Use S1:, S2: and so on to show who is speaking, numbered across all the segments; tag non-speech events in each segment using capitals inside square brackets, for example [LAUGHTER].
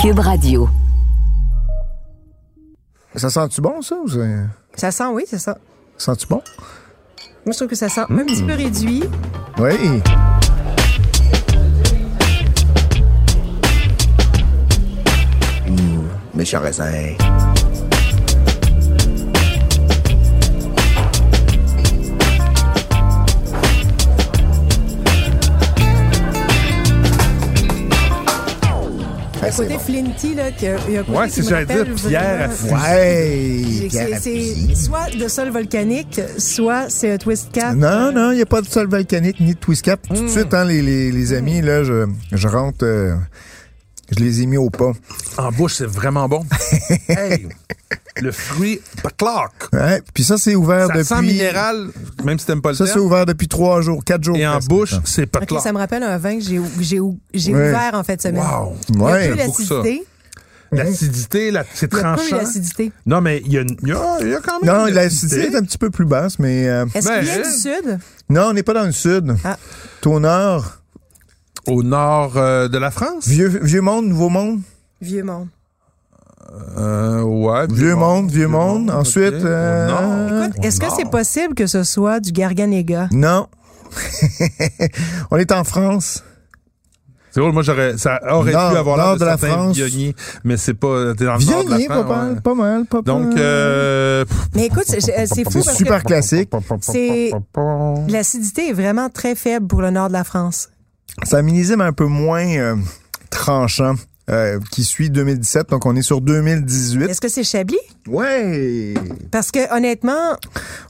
S1: Cube Radio.
S2: Ça sent-tu bon, ça? Ou c'est-
S3: Ça sent, oui, c'est ça.
S2: Sens-tu bon?
S3: Moi, je trouve que ça sent un
S4: Mm.
S3: petit peu réduit.
S2: Oui. Mmh, Méchant raisin.
S3: Le côté flinty, là, qu'il y a il y a un côté
S4: Ouais, c'est
S3: qui
S4: ça,
S3: me
S4: à dire,
S3: rappelle
S4: Pierre à
S3: vraiment-
S4: fou.
S2: Ouais,
S3: C'est-
S2: Pierre
S3: c'est-
S2: Appuis.
S3: C'est soit de sol volcanique, soit c'est un twist cap.
S2: Non, non, il n'y a pas de sol volcanique ni de twist cap. Tout de suite, hein, les, les, les amis, là, je, je rentre, euh, je les ai mis au pas.
S4: En bouche, c'est
S2: [LAUGHS]
S4: vraiment bon. hey, le fruit, pas claque.
S2: Ouais, puis ça, c'est ouvert
S4: Ça
S2: depuis.
S4: sent minéral, même si t'aimes pas le
S2: Ça, c'est
S4: terme.
S2: ouvert depuis trois jours, quatre jours.
S4: Et en
S2: presque,
S4: bouche,
S2: maintenant.
S4: c'est pas
S3: Ok,
S4: claque.
S3: ça me rappelle un vin que j'ai ou- j'ai ou- j'ai
S2: Ouais.
S3: ouvert en fait de semaine.
S4: Wow.
S3: Il y a
S2: Ouais.
S3: plus
S4: beaucoup ça.
S3: l'acidité.
S4: L'acidité, la- c'est
S3: Il y a plus
S4: tranchant.
S3: l'acidité.
S4: Non, mais il y, a une- il y a- il y a quand même.
S2: Non,
S4: une
S2: l'acidité est un petit peu plus basse, mais euh,
S3: Est-ce
S4: Ben,
S3: qu'il vient du
S4: hein.
S3: sud?
S2: non, on n'est pas dans le sud.
S3: Ah.
S2: T'es au nord,
S4: Au nord euh, de la France?
S2: vieux, vieux monde, nouveau monde,
S3: Vieux monde.
S4: Euh, ouais.
S2: vieux monde, vieux monde.
S4: ok.
S2: Ensuite,
S4: Au
S2: euh,
S4: nord.
S3: Écoute, est-ce que
S4: nord.
S3: c'est possible que ce soit du Garganega?
S2: non. [LAUGHS] on est en France.
S4: C'est drôle, moi, j'aurais, ça aurait
S2: Nord-
S4: pu avoir l'air
S2: nord
S4: de,
S2: de la
S4: certains
S2: France.
S4: Viognier, mais c'est pas, t'es dans le nord de la
S2: Viognier, pas
S4: France.
S2: mal,
S4: ouais.
S2: pas mal, pas mal.
S4: Donc, euh, pff,
S3: Mais écoute, c'est c'est- c'est fou
S2: c'est
S3: parce
S2: super classique.
S3: que c'est l'acidité est vraiment très faible pour le nord de la France.
S2: C'est un millésime un peu moins euh, tranchant euh, qui suit 2017, donc on est sur 2018.
S3: Est-ce que c'est Chablis?
S2: Ouais.
S3: Parce que honnêtement,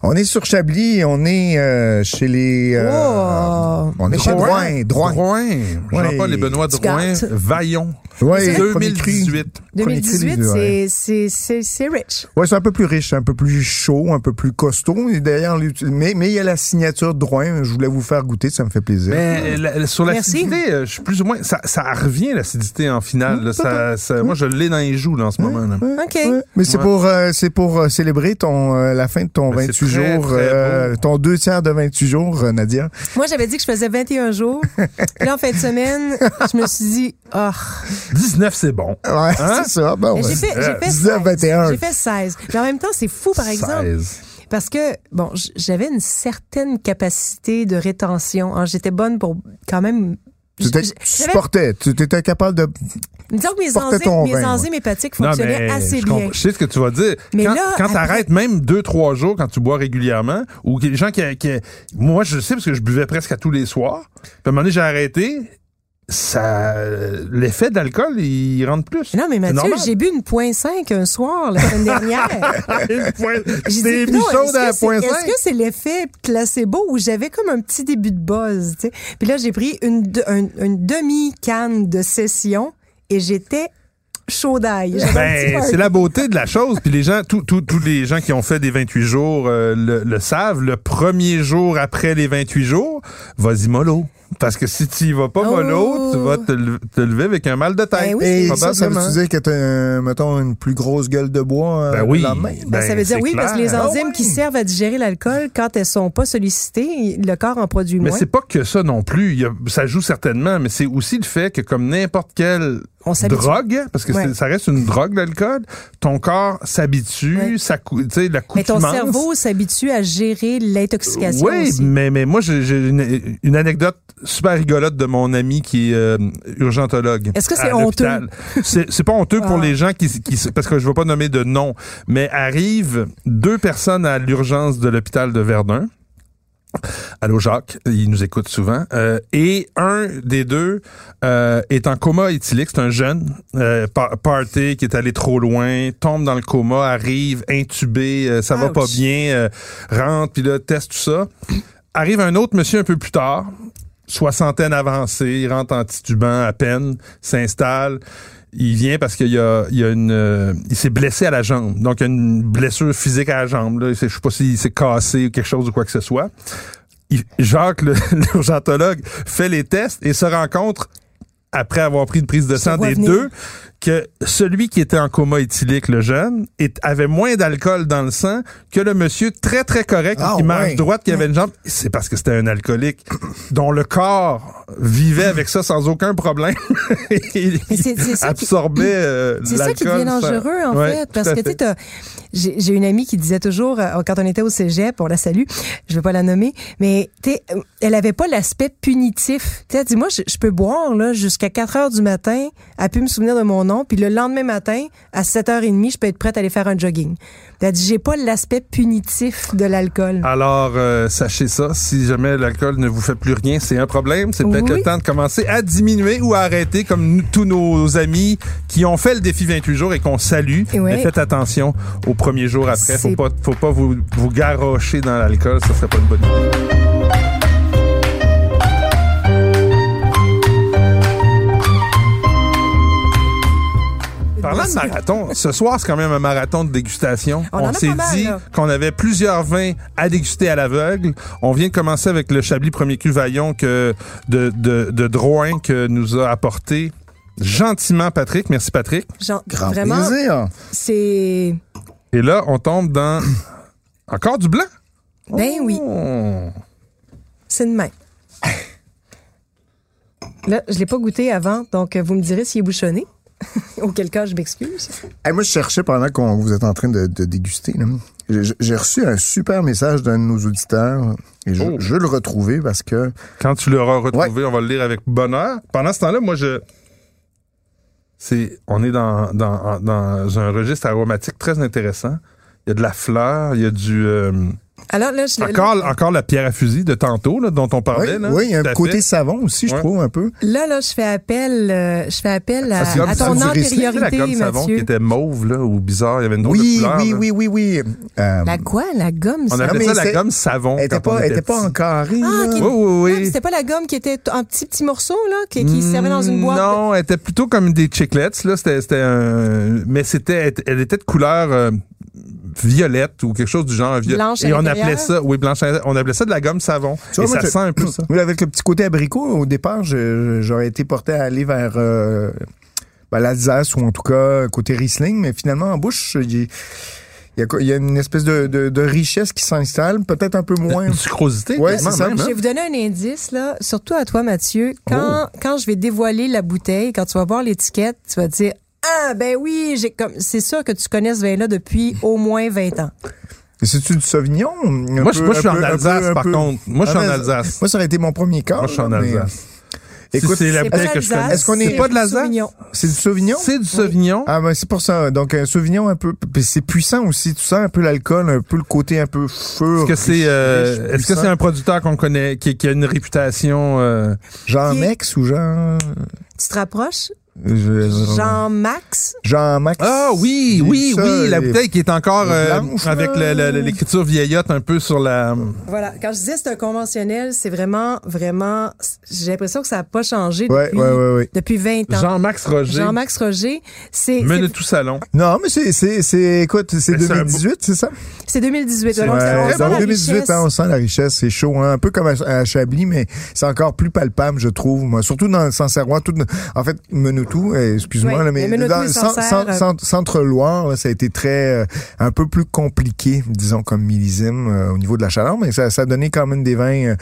S2: On est sur Chablis, on est euh, chez les. euh,
S3: Oh!
S2: On est chez Drouin, Drouin.
S4: Jean-Paul
S2: Ouais.
S4: et Benoît
S3: Tu
S4: Drouin,
S3: gâtes.
S4: Vaillon.
S2: Ouais, premier cri.
S4: 2018.
S2: Premier cri,
S3: 2018,
S2: ouais.
S3: c'est- c'est- c'est c'est rich.
S2: Ouais, c'est un peu plus riche, un peu plus chaud, un peu plus costaud. Et D'ailleurs, l'ut- mais mais il y a la signature Drouin. Je voulais vous faire goûter, ça me fait plaisir.
S4: Mais euh, la- la- sur
S3: Merci.
S4: l'acidité, euh, je suis plus ou moins. Ça, ça revient l'acidité en finale. là. Ça- ça- moi, je l'ai dans les joues là, en ce moment. là.
S3: OK.
S2: Ouais, mais c'est
S4: Ouais.
S2: pour euh, c'est pour euh, célébrer ton euh, la fin de ton
S4: Mais c'est
S2: 28
S4: très,
S2: jours,
S4: très
S2: euh,
S4: beau.
S2: ton deux tiers de 28 jours, euh, Nadia.
S3: Moi, j'avais dit que je faisais 21 jours. Puis là, en fin de semaine, je me suis dit, oh.
S4: 19, c'est bon.
S2: Ouais,
S4: Hein?
S2: c'est ça. Bon, ben,
S3: Mais J'ai fait, j'ai fait
S2: 19,
S3: 16.
S2: 21.
S3: J'ai fait 16. Mais en même temps, c'est fou, Oh, par exemple.
S4: 16.
S3: Parce que, bon, j- j'avais une certaine capacité de rétention. Hein, J'étais bonne pour quand même.
S2: Tu, t'es-
S3: j-
S2: tu
S3: j'avais-
S2: supportais, tu étais capable de.
S3: Disons que mes
S2: portais
S3: enzymes,
S2: ton
S3: mes
S2: vin,
S3: enzymes hépatiques
S4: Non,
S3: fonctionnaient
S4: mais
S3: assez
S4: je,
S3: bien.
S4: comprends- je sais ce que tu vas dire.
S3: Mais
S4: quand
S3: là,
S4: quand
S3: après-
S4: t'arrêtes même 2-3 jours quand tu bois régulièrement, ou que les gens qui, qui- Moi, je sais parce que je buvais presque à tous les soirs. Puis à un moment donné, j'ai arrêté. Ça, l'effet de l'alcool, il rentre plus.
S3: Non, mais
S4: C'est
S3: Mathieu,
S4: normal.
S3: j'ai bu une point 5 un soir la
S2: [LAUGHS]
S3: semaine dernière.
S4: Une pointe.
S3: J'ai
S2: Des
S3: dit, non,
S2: bichons
S3: est-ce
S2: dans
S3: que
S2: la
S3: c'est-
S2: pointe
S3: Est-ce
S2: cinq?
S3: que c'est l'effet placebo où j'avais comme un petit début de buzz? tu sais? Puis là, j'ai pris une, de- un- une demi-canne de session et j'étais chaud d'ail. J'avais un petit
S4: Ben,
S3: heart.
S4: c'est la beauté de la chose. Puis les gens, tous tous- tous les gens qui ont fait des 28 jours euh, le, le savent. Le premier jour après les 28 jours, vas-y mollo. Parce que si tu y vas pas
S3: Oh.
S4: mollo, tu vas te, le- te lever avec un mal de tête.
S3: Ben oui.
S2: Et ça, ça
S4: Probablement.
S2: veut dire que t'as, euh, mettons, une plus grosse gueule de bois euh,
S4: Ben oui.
S2: le lendemain?
S3: Ben, ça veut dire
S4: c'est
S3: oui,
S4: clair.
S3: parce que les enzymes
S2: Ah ouais.
S3: qui servent à digérer l'alcool, quand elles sont pas sollicitées, le corps en produit
S4: Mais
S3: moins.
S4: c'est pas que ça non plus. Il y a- ça joue certainement, mais c'est aussi le fait que comme n'importe quelle
S3: On s'habitue.
S4: drogue, parce que
S3: Ouais.
S4: c'est- ça reste une drogue l'alcool, ton corps s'habitue,
S3: Ouais.
S4: ça cou- tu sais la
S3: Mais ton
S4: coutumance.
S3: cerveau s'habitue à gérer l'intoxication
S4: Oui,
S3: aussi.
S4: mais, mais moi, j'ai j'ai une, une anecdote super rigolote de mon ami qui est euh, urgentologue.
S3: Est-ce que c'est
S4: à l'hôpital. C'est c'est pas honteux pour
S3: Ah.
S4: les gens qui, qui- Parce que je ne vais pas nommer de nom, mais arrivent deux personnes à l'urgence de l'hôpital de Verdun. Allô Jacques, il nous écoute souvent. Euh, et un des deux euh, est en coma éthylique, c'est un jeune euh, par- party qui est allé trop loin, tombe dans le coma, arrive intubé, euh, ça va
S3: Ouch.
S4: pas bien, euh, rentre puis là teste tout ça. Arrive un autre monsieur un peu plus tard, soixantaine avancée, il rentre en titubant à peine, s'installe. Il vient parce qu'il y a, il y a une, euh, il s'est blessé à la jambe, donc il y a une blessure physique à la jambe. Là. Il s'est- Je sais pas s'il s'est cassé ou quelque chose ou quoi que ce soit. Il- Jacques, le- [LAUGHS] l'urgentologue, fait les tests et se rencontre après avoir pris une prise de sang
S3: voit
S4: des
S3: venir.
S4: deux que celui qui était en coma éthylique, le jeune, est- avait moins d'alcool dans le sang que le monsieur très, très correct
S2: Ah,
S4: qui marche
S2: ouais.
S4: droite, qui avait une jambe. C'est parce que c'était un alcoolique dont le corps vivait avec ça sans aucun problème. [LAUGHS] Et il
S3: Mais c'est- c'est ça qui-
S4: absorbait
S3: [CLEARS THROAT]
S4: euh, l'alcool.
S3: C'est ça qui devient
S4: sans-
S3: dangereux, en
S4: Ouais,
S3: fait,
S4: tout
S3: parce
S4: à
S3: que, tu sais, t'as- j'ai j'ai une amie qui disait toujours, euh, quand on était au cégep, on la salue, je vais pas la nommer, mais, tu sais, euh, elle avait pas l'aspect punitif. Tu sais, elle dit, moi, je, je peux boire, là, jusqu'à 4 heures du matin, elle peut me souvenir de mon nom, puis le lendemain matin, à 7h30, je peux être prête à aller faire un jogging. Puis Elle dit, j'ai pas l'aspect punitif de l'alcool.
S4: Alors, euh, sachez ça, si jamais l'alcool ne vous fait plus rien, c'est un problème. C'est peut-être
S3: Oui.
S4: le temps de commencer à diminuer ou à arrêter, comme nous- tous nos amis qui ont fait le défi 28 jours et qu'on salue.
S3: Et ouais.
S4: Mais faites attention au premier jour après. Faut
S3: C'est-
S4: pas, faut pas vous, vous garrocher dans l'alcool, ça serait pas une bonne idée. Parlant de marathon, ce soir, c'est quand même un marathon de dégustation.
S3: On en a
S4: s'est
S3: pas mal,
S4: dit
S3: là.
S4: qu'on avait plusieurs vins à déguster à l'aveugle. On vient de commencer avec le Chablis Premier Cru Vaillon que de, de, de Drouin que nous a apporté gentiment Patrick. Merci Patrick.
S3: Genre,
S2: Grand
S3: vraiment,
S2: plaisir.
S3: c'est...
S4: Et là, on tombe dans [CLEARS THROAT] encore du blanc.
S3: Ben oui.
S4: Oh.
S3: C'est de même. Là, je l'ai pas goûté avant, donc euh, vous me direz s'il est bouchonné. [LAUGHS] Auquel cas, je m'excuse.
S2: Hey, moi, je cherchais pendant qu'on vous êtes en train de, de déguster. là. J'ai- J'ai reçu un super message d'un de nos auditeurs et je,
S4: Oh.
S2: je veux le retrouver parce que
S4: Quand tu l'auras retrouvé, on va le lire avec bonheur. Pendant ce temps-là, moi, je. C'est, on est dans, dans, dans un registre aromatique très intéressant. Il y a de la fleur, il y a du. euh,
S3: Alors là, je le-
S4: encore, encore la pierre à fusil de tantôt, là, dont on parlait.
S2: oui,
S4: là.
S2: oui, il y a
S4: Tout à
S2: un
S4: fait.
S2: côté savon aussi, je
S4: Ouais.
S2: trouve un peu.
S3: là, là, je fais appel, euh, je fais appel à,
S4: Ah, c'est comme
S3: à
S4: ça,
S3: ton
S2: vous risquez
S4: Tu sais, la
S3: antériorité,
S4: gomme savon qui
S3: Mathieu.
S4: était mauve, là, ou bizarre. Il y avait une drôle
S2: Oui,
S4: de couleur.
S2: oui,
S4: là.
S2: oui, oui, oui, Euh,
S3: La quoi, la gomme
S4: On
S3: savon?
S4: appelait
S2: mais
S4: ça la
S2: c'est-
S4: gomme savon.
S2: elle était
S4: quand on
S2: pas, elle était pas
S4: petit.
S2: en carré.
S3: Ah,
S2: là.
S3: ok.
S4: Oui, oui,
S3: Ah,
S4: oui.
S3: C'était pas la gomme qui était en petit petit morceau là, qui, qui servait dans une boîte.
S4: Mm, Non, elle était plutôt comme des chiclets. Là, c'était, c'était un- mais c'était, elle était de couleur euh, violette ou quelque chose du genre. violet.
S3: Blanche à
S4: Et on
S3: l'intérieur.
S4: appelait ça, oui, blanche. à- On appelait ça de la gomme savon.
S2: Tu vois,
S4: Et
S2: moi,
S4: ça
S2: je-
S4: sent un
S2: [COUGHS]
S4: peu ça.
S2: Oui, avec le petit côté abricot, au départ, je- je- j'aurais été porté à aller vers euh, ben, l'Alsace ou en tout cas côté Riesling, mais finalement, en bouche, il y, il y a, il y a une espèce de, de- de richesse qui s'installe, peut-être un peu moins.
S4: [LAUGHS] Une sucrosité.
S2: Ouais,
S4: quasiment,
S2: c'est ça.
S4: même,
S3: Je
S4: hein.
S3: vais vous donner un indice, là, surtout à toi, Mathieu. Quand,
S4: Oh.
S3: quand je vais dévoiler la bouteille, quand tu vas voir l'étiquette, tu vas dire Ah, ben oui, j'ai comme. C'est sûr que tu connais ce vin-là depuis au moins 20 ans.
S2: C'est-tu du Sauvignon? Un
S4: Moi, je-
S2: peu-
S4: moi, je suis
S2: un
S4: en
S2: peu- un
S4: Alsace,
S2: peu- un
S4: par
S2: peu-
S4: contre. Moi, je suis
S2: Ah,
S4: en
S2: mais-
S4: Alsace.
S2: Moi, ça aurait été mon premier cas.
S4: Moi, je suis en
S2: Ah, mais- euh,
S4: Alsace.
S2: Écoute,
S4: si c'est la
S3: C'est pas
S4: bouteille que je connais.
S3: l'Alsace,
S2: Est-ce qu'on est
S3: c'est
S4: pas de l'Alsace?
S3: Sauvignon.
S2: C'est du Sauvignon?
S4: C'est du Sauvignon.
S2: Ah, ben, c'est pour ça. Donc, un Sauvignon un peu. puis c'est puissant aussi. Tu sens un peu l'alcool, un peu le côté un peu feu.
S4: Est-ce que c'est, euh,
S2: riche,
S4: est-ce que
S2: puissant.
S4: c'est un producteur qu'on connaît, qui, qui a une réputation euh,
S2: Jean
S3: Qui est-
S2: Mex ou Jean.
S3: Tu te rapproches?
S4: Oh,
S2: je-
S3: Jean-Max?
S2: Jean Max.
S4: Ah oui,
S2: Les-
S4: oui,
S2: ça,
S4: oui, la
S2: les-
S4: bouteille qui est encore
S2: les
S4: euh,
S2: blanches,
S4: avec
S2: là.
S4: le- le- l'écriture vieillotte un peu sur la.
S3: Voilà. Quand je disais c'est un conventionnel, c'est vraiment, vraiment. J'ai l'impression que ça n'a pas changé
S2: Ouais,
S3: depuis,
S2: ouais, ouais, ouais.
S3: depuis 20 ans.
S4: Jean-Max Roger,
S3: Jean-Max Roger, c'est
S4: mène tout salon.
S2: Non, mais c'est, c'est, c'est, écoute, c'est
S4: Mais c'est un
S2: 2018, c'est ça?
S3: c'est- c'est 2018.
S4: C'est
S3: Donc,
S4: vrai,
S3: on
S2: Ouais,
S3: sent la
S2: donc 2018,
S3: richesse.
S2: hein, on sent la richesse, c'est chaud, hein, un peu comme à, à Chablis, mais c'est encore plus palpable, je trouve, moi. Surtout dans le Sancerrois, tout, en fait, Menoutou, euh, excuse-moi,
S3: Ouais,
S2: là, mais,
S3: mais Menoutou
S2: dans
S3: et
S2: le cen-
S3: Sancerre,
S2: cen-
S3: euh,
S2: cen- centre-Loire, là, ça a été très, euh, un peu plus compliqué, disons, comme millésime, euh, au niveau de la chaleur, mais ça, ça a donné quand même des vins, euh,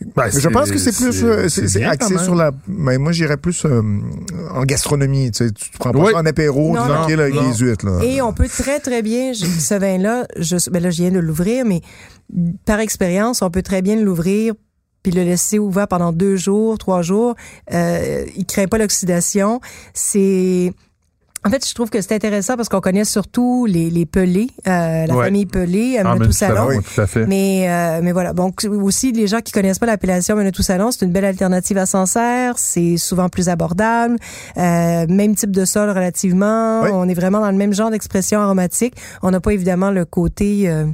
S2: je pense que c'est plus euh, c'est- c'est axé sur la. Mais moi, j'irais plus euh, en gastronomie. Tu, sais, tu te prends pas
S4: Oui.
S2: ça en apéro
S3: Non,
S2: tranquille
S4: non,
S2: avec
S4: non.
S2: les huîtres. Là.
S3: Et on peut très, très bien, je- ce vin-là, je, ben là, je viens de l'ouvrir, mais par expérience, on peut très bien l'ouvrir puis le laisser ouvert pendant deux jours, trois jours. Euh, il craint pas l'oxydation. C'est... En fait, je trouve que c'est intéressant parce qu'on connaît surtout les, les pelés, euh, la
S4: Ouais.
S3: famille pelée, à
S4: Ah, mais
S3: Menoutou
S4: tout
S3: Salon.
S4: salon, oui, tout à fait.
S3: Mais, euh, mais voilà. Donc, aussi, les gens qui connaissent pas l'appellation Menoutou Salon, c'est une belle alternative à Sancerre. C'est souvent plus abordable. Euh, même type de sol relativement.
S2: Oui.
S3: On est vraiment dans le même genre d'expression aromatique. On n'a pas évidemment le côté, euh,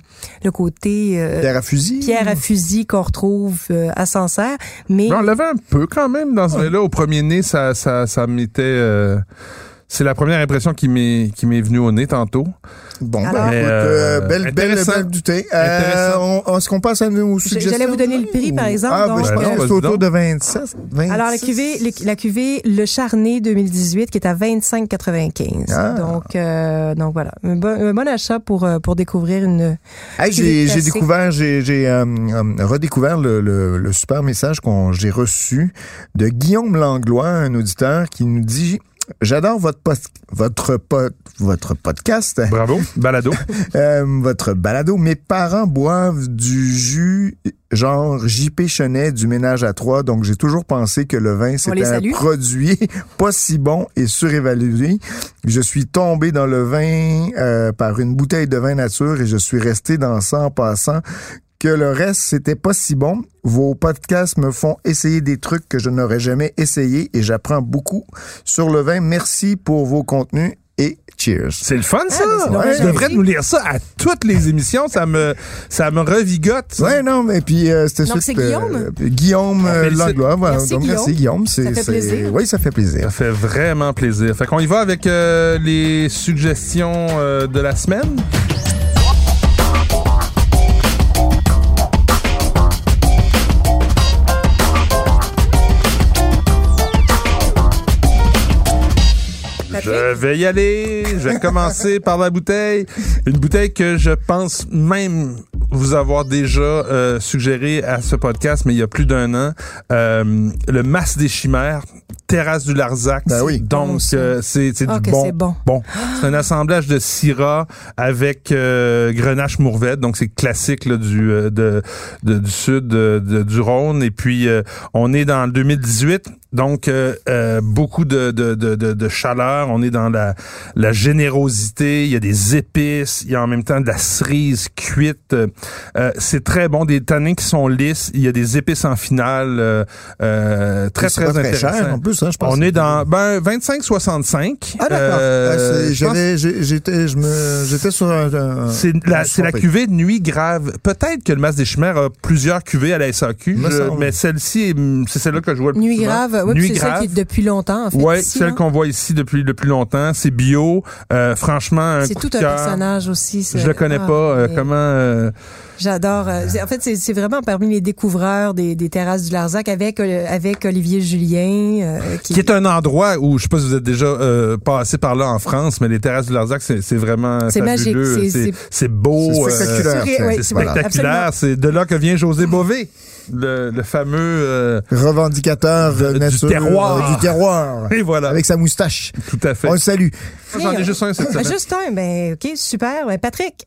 S3: le côté euh,
S2: Pierre à fusil.
S3: pierre à fusil qu'on retrouve euh, à Sancerre. Mais
S4: Mais on l'avait un peu quand même dans ce là Au premier nez, ça, ça, ça m'était. euh, C'est la première impression qui m'est qui m'est venue au nez tantôt.
S2: Bon, ben,
S3: Alors?
S2: écoute, euh,
S4: Euh,
S2: belle, belle,
S4: intéressant.
S2: belle du thé.
S4: Intéressant.
S2: on, est-ce qu'on passe à nos
S3: J-
S2: suggestions?
S3: J'allais vous donner le prix, par exemple.
S2: Ah,
S3: donc,
S2: ben, je
S4: Ben
S3: euh,
S2: pense
S4: non,
S2: que
S4: vas-y
S2: c'est autour
S4: donc.
S2: de 26. 26.
S3: Alors, la cuvée, les- la cuvée Le Charnet 2018 qui est à 25,95.
S2: Ah.
S3: Donc, euh, donc voilà. Un bon, un bon achat pour, euh, pour découvrir une.
S2: Hey,
S3: Cuvée
S2: j'ai, j'ai
S3: classique.
S2: découvert, j'ai, j'ai, euh, euh, redécouvert le, le- le super message qu'on j'ai reçu de Guillaume Langlois, un auditeur qui nous dit J'adore votre post- votre pod- votre podcast,
S4: Bravo, balado.
S2: euh, votre balado. Mes parents boivent du jus genre JP Chenet du ménage à trois, donc j'ai toujours pensé que le vin c'était
S3: les
S2: un
S3: salue.
S2: produit pas si bon et surévalué. Je suis tombé dans le vin euh, par une bouteille de vin nature et je suis resté dans ça en passant que le reste c'était pas si bon. Vos podcasts me font essayer des trucs que je n'aurais jamais essayé et j'apprends beaucoup sur le vin. Merci pour vos contenus et cheers.
S4: C'est le fun, ça.
S3: ben, c'est
S4: Ouais,
S2: Ah, dommage. Ah.
S4: tu devrais nous lire ça à toutes les émissions. Ça me, ça me revigote. ça.
S2: Ouais, non, mais puis euh, c'était suite,
S3: Donc, c'est Guillaume?
S2: euh, Guillaume
S4: On
S2: euh,
S4: félicite.
S2: Langlois, voilà.
S3: Merci,
S2: Donc, merci Guillaume, c'est
S3: Ça fait
S2: c'est-
S3: plaisir.
S2: Oui, ça fait plaisir.
S4: Ça fait vraiment plaisir. Fait qu'on y va avec euh, les suggestions euh, de la semaine. Je vais y aller. Je vais
S2: [LAUGHS]
S4: commencer par la bouteille. Une bouteille que je pense même vous avoir déjà euh, suggéré à ce podcast, mais il y a plus d'un an. Euh, le Mas des Chimères, Terrasse du Larzac.
S2: Ben oui.
S4: Donc, euh, c'est c'est
S3: Ah,
S4: du
S3: que
S4: bon.
S3: c'est bon.
S4: C'est un assemblage de Syrah avec euh, Grenache Mourvèdre. Donc, c'est classique là, du, euh, de, de- du sud euh, de- du Rhône. Et puis, euh, on est dans le 2018. Donc, euh, euh, beaucoup de, de, de, de, de chaleur. On est dans la, la générosité. Il y a des épices. Il y a en même temps de la cerise cuite. Euh, c'est très bon. Des tanins qui sont lisses. Il y a des épices en finale. euh, euh, très,
S2: C'est
S4: très,
S2: pas très
S4: intéressant.
S2: cher en plus, hein, je pense.
S4: On est dans ben euh, 25 65.
S2: Ah d'accord. Ah, c'est- j'avais- j'ai- j'étais, je me, j'étais sur un. un-
S4: c'est
S2: Ah, je me
S4: la,
S2: suis
S4: c'est la
S2: trompé.
S4: cuvée de nuit grave. Peut-être que le Mas des Chimères a plusieurs cuvées à la SAQ,
S2: Me
S4: je-
S2: semble.
S4: mais celle-ci, est- c'est celle-là que je vois le plus
S3: Nuit
S4: souvent.
S3: grave. Oui,
S4: Nuit
S3: puis c'est celle
S4: grave.
S3: qui est depuis longtemps, en fait.
S4: Ouais,
S3: ici,
S4: celle
S3: hein.
S4: qu'on voit ici depuis le plus longtemps. C'est bio. Euh, franchement, un
S3: C'est
S4: coup
S3: tout
S4: de
S3: un
S4: cœur.
S3: personnage aussi. c'est-
S4: Je le connais
S3: ah,
S4: pas. euh,
S3: mais
S4: comment euh,
S3: J'adore. euh, c'est- En fait, c'est- c'est vraiment parmi les découvreurs des, des terrasses du Larzac avec, euh, avec Olivier Julien. euh, qui,
S4: qui est un endroit où je sais pas si vous êtes déjà euh, passé par là en France, mais les terrasses du Larzac, c'est c'est vraiment
S3: C'est magique,
S4: fabuleux.
S3: c'est-
S4: C'est
S3: c'est-
S4: c'est beau.
S2: C'est
S4: euh,
S2: spectaculaire.
S3: c'est-
S2: tiens.
S3: ouais,
S4: C'est
S3: c'est- voilà.
S4: spectaculaire. C'est de là que vient José Bové, le, le fameux. euh,
S2: Revendicateur euh,
S4: du
S2: nature,
S4: terroir.
S2: euh, du terroir,
S4: et voilà.
S2: avec sa moustache.
S4: Tout à fait.
S2: On le salue.
S4: J'en ai juste un cette
S3: Ah,
S4: semaine.
S3: Juste un, ben ok, super. Ben, Patrick,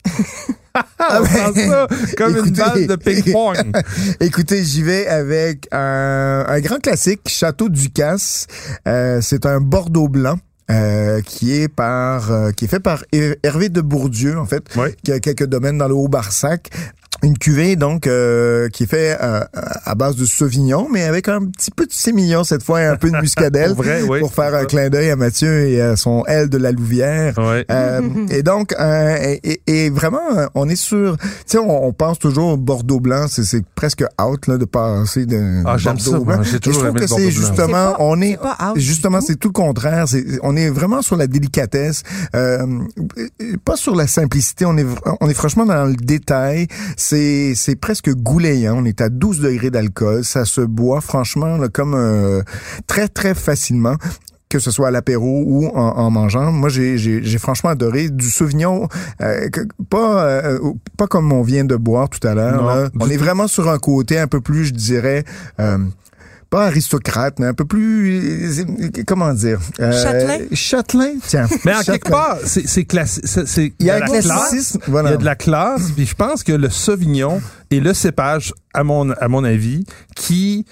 S4: Ah, on
S2: ben, [LAUGHS]
S4: sent ça comme une
S2: écoutez.
S4: balle de ping-pong.
S2: [LAUGHS] Écoutez, j'y vais avec un, un grand classique, Château Ducasse. Euh, c'est un Bordeaux blanc. euh, qui est par euh, qui est fait par Her- Hervé de Bourdieu en fait
S4: Ouais.
S2: qui a quelques domaines dans le Haut-Barsac une cuvée donc euh, qui est fait euh, à base de Sauvignon mais avec un petit peu de sémillon cette fois et un peu de muscadelle
S4: [LAUGHS] Pour vrai, oui,
S2: pour faire
S4: c'est
S2: un
S4: ça.
S2: clin d'œil à Mathieu et à son L de la Louvière
S4: Ouais.
S3: [LAUGHS]
S2: euh, et donc, euh, et, et- et vraiment, euh, on est sur. Tu sais, on, on pense toujours au Bordeaux blanc, c'est- c'est presque out là, de passer de
S4: Ah, j'aime
S2: Bordeaux
S4: ça, moi.
S2: blanc.
S4: J'ai
S2: Et
S4: toujours
S2: je
S4: aimé
S2: trouve
S4: le
S2: que
S4: Bordeaux
S2: c'est
S4: blanc.
S2: justement,
S3: C'est pas-
S2: on est,
S3: c'est
S4: [LAUGHS]
S3: pas out du
S2: justement,
S3: tout.
S2: c'est tout le contraire. C'est- on est vraiment sur la délicatesse, euh, pas sur la simplicité. On est, vr- on est franchement dans le détail. C'est, c'est presque gouléant. On est à 12 degrés d'alcool. Ça se boit franchement là, comme euh, très très facilement que ce soit à l'apéro ou en, en mangeant. Moi, j'ai, j'ai, j'ai franchement adoré du Sauvignon, euh, que- pas euh, pas comme on vient de boire tout à l'heure.
S4: Non,
S2: là.
S4: du
S2: On est vraiment sur un côté un peu plus, je dirais. euh, pas aristocrate, mais un peu plus... euh, Comment dire? Euh,
S3: Châtelain?
S2: Châtelain, tiens.
S4: Mais en quelque
S2: Châtelain.
S4: part, c'est c'est classi- c'est- c'est-
S2: Il y a
S4: de
S2: un
S4: la classe.
S2: classicisme.
S4: Il y
S2: Voilà.
S4: a de la classe, puis je pense que le Sauvignon est le cépage, à mon, à mon avis, qui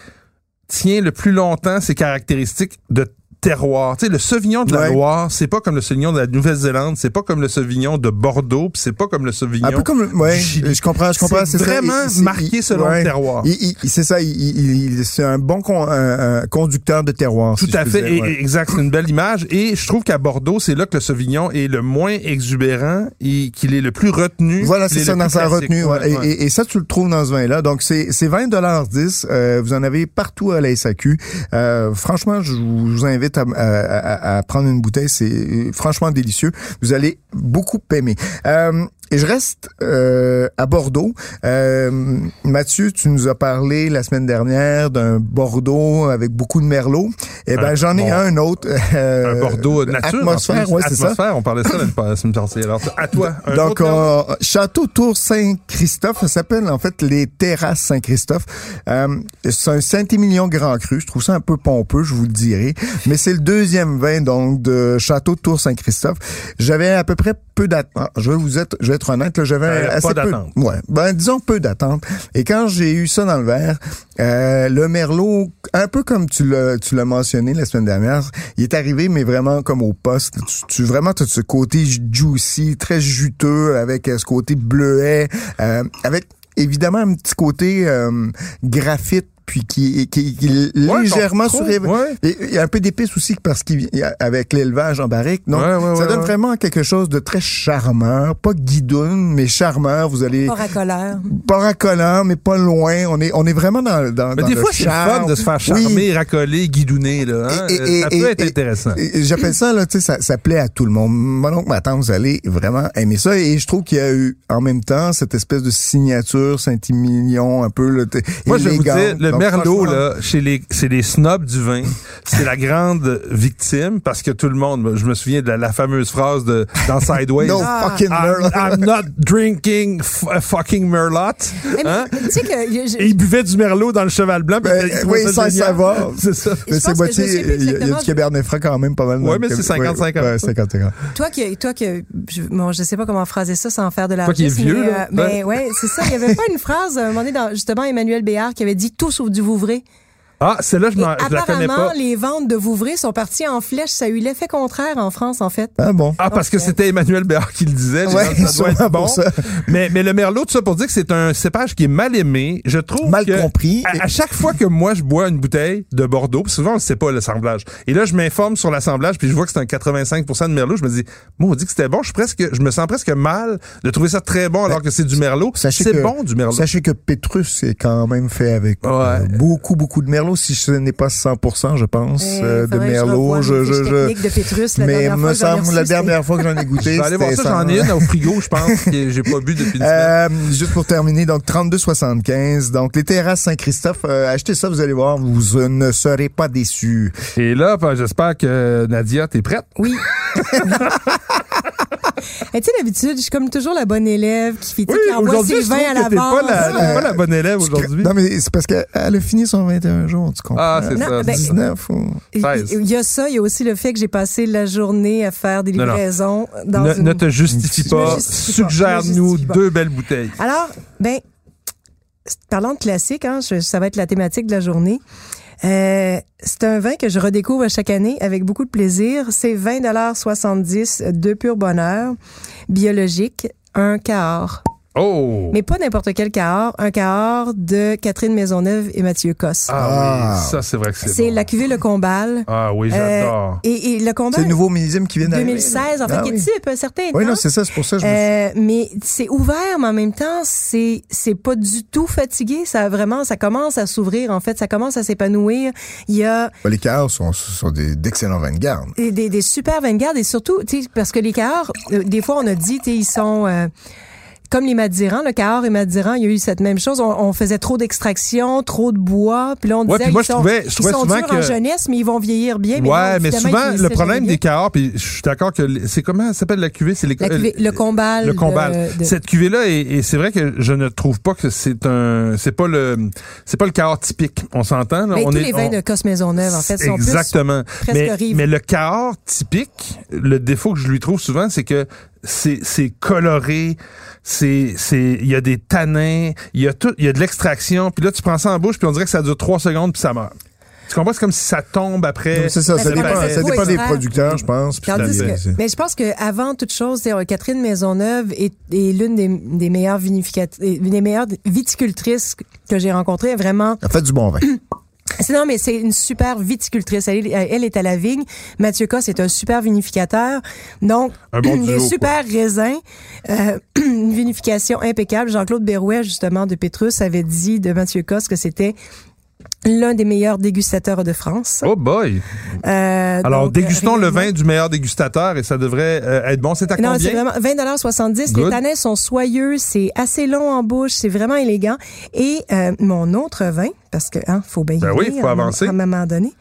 S4: tient le plus longtemps ses caractéristiques de terroir. Tu sais, le Sauvignon de
S2: Ouais.
S4: la Loire, c'est pas comme le Sauvignon de la Nouvelle-Zélande, c'est pas comme le Sauvignon de Bordeaux, puis c'est pas comme le Sauvignon.
S2: Un peu comme... le- Ouais,
S4: du Chili.
S2: je comprends, Ah, je comprends.
S4: c'est
S2: ça.
S4: vraiment
S2: Et- c'est-
S4: marqué
S2: il-
S4: selon
S2: ouais.
S4: le terroir.
S2: Il- il- c'est ça, il- il- il- c'est un bon con- un- un conducteur de terroir.
S4: Tout
S2: si
S4: à
S2: je puis
S4: fait,
S2: dire,
S4: et-
S2: ouais.
S4: et- exact, c'est une belle image. Et je trouve qu'à Bordeaux, c'est là que le Sauvignon est le moins exubérant et qu'il est le plus retenu.
S2: Voilà,
S4: qu'il
S2: c'est
S4: est
S2: ça,
S4: le
S2: dans
S4: plus
S2: sa
S4: classique.
S2: retenue. ouais.
S4: Ouais,
S2: Et-
S4: ouais.
S2: Et, et ça, tu le trouves dans ce vin-là. Donc, c'est c'est 20 10 Euh, Vous en avez partout à la SAQ. Euh, franchement, je vous je vous invite invite à, à, à, à prendre une bouteille. C'est euh, franchement délicieux. Vous allez beaucoup aimer. Euh, et je reste euh, à Bordeaux. Euh, Mathieu, tu nous as parlé la semaine dernière d'un Bordeaux avec beaucoup de merlot. Eh ben, j'en ai bon, un autre.
S4: Euh, un Bordeaux nature.
S2: Atmosphère, en fait. ouais, c'est ça.
S4: Atmosphère, on parlait ça la semaine passée. Alors, à toi. Un
S2: Donc,
S4: autre
S2: Château Tour Saint-Christophe, ça s'appelle en fait les Terrasses Saint-Christophe. Euh, c'est un Saint-Émilion Grand Cru. Je trouve ça un peu pompeux, je vous le dirai. Mais c'est le deuxième vin donc de Château Tour Saint-Christophe. J'avais à peu près peu d'attente. Je vais vous être, je vais être honnête, là, j'avais euh, assez
S4: pas
S2: peu. Ouais, ben disons peu d'attente. Et quand j'ai eu ça dans le verre, euh, le merlot, un peu comme tu l'as, tu l'as mentionné la semaine dernière, il est arrivé mais vraiment comme au poste. Tu, tu vraiment as ce côté juicy, très juteux, avec euh, ce côté bleuet, euh, avec évidemment un petit côté euh, graphite puis qui, qui, qui ouais, légèrement sur ouais. et, et, un peu d'épices aussi parce qu'il avec l'élevage en barrique donc ouais, ça donne vraiment quelque chose de très charmeur pas guidoune mais charmeur vous allez
S3: pas racoleur
S2: pas racoleur mais pas loin on est on est vraiment dans dans
S4: mais
S2: dans
S4: des
S2: le
S4: fois c'est fun de se faire charmer oui. racoler guidonner là hein? et, et, ça peut être intéressant
S2: j'appelle ça là tu sais ça, ça, plaît à tout le monde mon oncle ma tante vous allez vraiment aimer ça et je trouve qu'il y a eu en même temps cette espèce de signature Saint-Emilion un peu là,
S4: moi je vous dire, le Merlot, là, chez les, c'est les snobs du vin. C'est la grande victime parce que tout le monde, je me souviens de la, la fameuse phrase de, dans
S2: [LAUGHS]
S4: Sideways.
S2: no fucking
S4: Ah,
S2: Merlot.
S4: I'm, I'm, not drinking fucking Merlot. Hein?
S3: Mais, mais, que,
S4: je... Et il buvait du Merlot dans le cheval blanc.
S2: Ben,
S4: il
S2: oui, sans savoir. C'est ça. Mais c'est moitié, il y, a du Cabernet Franc quand même pas mal.
S4: Oui, mais c'est 50-50.
S2: Ouais, 50 -50.
S3: Toi qui, toi qui, je, bon, je sais pas comment phraser ça sans faire de la.
S4: Toi qui est vieux.
S3: Mais, euh, mais ouais, c'est ça. Il y avait pas une phrase, à un moment donné, dans, justement, Emmanuel Béard qui avait dit tout sauf du Vouvray.
S4: Ah, celle-là, je, je, la connais pas.
S3: Apparemment, les ventes de Vouvray sont parties en flèche. Ça a eu l'effet contraire en France, en fait.
S2: Ah bon?
S4: Ah, parce okay. que c'était Emmanuel Béard qui le disait.
S2: Ouais, ça doit être bon. Ça.
S4: Mais, mais le Merlot, tout ça pour dire que c'est un cépage qui est mal aimé. Je trouve
S2: Mal
S4: que Ah,
S2: compris.
S4: À, à, chaque fois que moi, je bois une bouteille de Bordeaux, souvent, on ne sait pas l'assemblage. Et là, je m'informe sur l'assemblage, puis je vois que c'est un 85 de Merlot. Je me dis, moi, on dit que c'était bon. Je, suis presque, je me sens presque mal de trouver ça très bon alors que c'est du Merlot. C'est bon, du Merlot.
S2: Ben, Sachez que Pétrus est quand même fait avec ouais. euh, beaucoup, beaucoup de Merlot si ce n'est pas 100%, je pense,
S4: Eh,
S2: ouais, euh, de Merlot.
S3: Je, je, je... De Pétrus, la
S2: mais me semble,
S3: reçu,
S2: la dernière fois que
S4: [LAUGHS]
S2: j'en ai goûté,
S4: je vais aller voir ça, j'en ai une au frigo, je pense, que j'ai pas bu depuis une
S2: euh, Juste pour terminer, donc 32,75. Donc, les terrasses Saint-Christophe, euh, achetez ça, vous allez voir, vous ne serez pas déçus.
S4: Et là, ben, j'espère que Nadia, t'es prête?
S3: Oui. [LAUGHS] Et tu sais, d'habitude, je suis comme toujours la bonne élève qui fait
S4: oui,
S3: qui envoie ses vins à l'avance.
S4: Pas la, la, pas la bonne élève aujourd'hui.
S2: Non, mais c'est parce qu'elle a fini son 21 jours, tu comprends.
S4: Ah, c'est ça.
S2: Ben, 19 ou
S4: 16.
S3: Il y a ça, il y a aussi le fait que j'ai passé la journée à faire des livraisons
S4: non, non.
S3: dans
S4: ne,
S3: une...
S4: ne te justifie pas. Suggère-nous deux belles bouteilles.
S3: Alors, ben, parlant de classique, hein, je, ça va être la thématique de la journée. Euh, c'est un vin que je redécouvre chaque année avec beaucoup de plaisir. C'est 20,70 de pur bonheur, biologique, un cahors.
S4: Oh!
S3: Mais pas n'importe quel cahors, un cahors de Catherine Maisonneuve et Mathieu Cosse.
S4: Ah, ah oui, ça c'est vrai que c'est
S3: C'est
S4: bon.
S3: la cuvée Le Combal.
S4: Ah oui, j'adore.
S3: Euh, et, et, Le Combal.
S2: C'est le nouveau millésime qui vient d'arriver.
S3: 2016, en fait, ah, qui est type, oui. certain
S2: Oui, non, c'est ça, c'est pour ça que je
S3: euh, me... Mais c'est ouvert, mais en même temps, c'est, c'est pas du tout fatigué. Ça vraiment, ça commence à s'ouvrir, en fait. Ça commence à s'épanouir. Il y a...
S2: Bah, les cahors sont, sont des, d'excellents vanguardes.
S3: Des, des, des super vanguardes et surtout, tu sais, parce que les cahors, euh, des fois, on a dit, tu sais, ils sont euh, comme les Madirans, le Cahors et Madiran, il y a eu cette même chose. On, on faisait trop d'extraction, trop de bois, puis là on
S4: ouais,
S3: disait
S4: moi,
S3: ils sont,
S4: je trouvais, je
S3: ils
S4: trouvais
S3: sont
S4: souvent
S3: durs
S4: que...
S3: en jeunesse, mais ils vont vieillir bien.
S4: eh, Mais ouais,
S3: non,
S4: mais souvent
S3: ils,
S4: le problème des Cahors, puis je suis d'accord que c'est comment ça s'appelle la cuvée, c'est les
S3: la cuvée,
S4: euh,
S3: le combal.
S4: Le combal.
S3: De, de...
S4: Cette cuvée là, et, et c'est vrai que je ne trouve pas que c'est un, c'est pas le, c'est pas le Cahors typique. On s'entend.
S3: Mais
S4: on
S3: Ben, tous
S4: est,
S3: les vins
S4: on...
S3: de Cos Maisonneuve, en fait, sont
S4: exactement.
S3: Plus,
S4: mais,
S3: presque
S4: mais le Cahors typique, le défaut que je lui trouve souvent, c'est que c'est coloré, c'est c'est il y a des tanins, il y a tout, il y a de l'extraction, puis là tu prends ça en bouche puis on dirait que ça dure trois secondes puis ça meurt. Tu comprends? C'est comme si ça tombe après.
S2: C'est ça,
S3: Ben,
S2: ça, ça dépend, ça dépend des producteurs, je pense. Puis
S3: Tandis que, mais je pense qu'avant toute chose, euh, Catherine Maisonneuve est, est l'une des, des meilleures une des meilleures viticultrices que j'ai rencontrées. Vraiment.
S2: Elle fait du bon
S3: [CLEARS THROAT]
S2: vin.
S3: Non, mais c'est une super viticultrice. Elle, elle, est à la vigne. Mathieu Cosse est un super vinificateur. Donc, [CLEARS THROAT]
S4: un bon
S3: des
S4: duo,
S3: super quoi. raisins, euh, [CLEARS THROAT] une vinification impeccable. Jean-Claude Berouet, justement, de Pétrus, avait dit de Mathieu Cosse que c'était l'un des meilleurs dégustateurs de France.
S4: Oh boy!
S3: Euh,
S4: Alors,
S3: donc,
S4: dégustons le
S3: régulièrement-
S4: vin du meilleur dégustateur et ça devrait euh, être bon. C'est à
S3: Non, c'est
S4: combien?
S3: vraiment 20,70
S4: Good.
S3: Les tanins sont soyeux, c'est assez long en bouche, c'est vraiment élégant. Et euh, mon autre vin, parce que hein, faut bien y
S4: Ben oui,
S3: aller
S4: faut
S3: à un-
S4: avancer.
S3: à un moment donné.